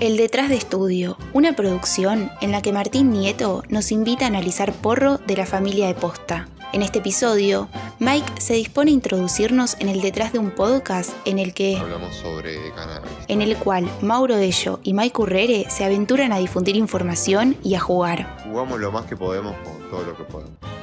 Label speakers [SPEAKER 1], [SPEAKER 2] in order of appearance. [SPEAKER 1] El Detrás de Estudio, una producción en la que Martín Nieto nos invita a analizar porro de la familia de Posta. En este episodio, Mike se dispone a introducirnos en el detrás de un podcast en el que
[SPEAKER 2] Hablamos sobre cannabis.
[SPEAKER 1] en el cual Mauro Ello y Mike Urrere se aventuran a difundir información y a jugar.
[SPEAKER 2] Jugamos lo más que podemos con todo lo que podemos.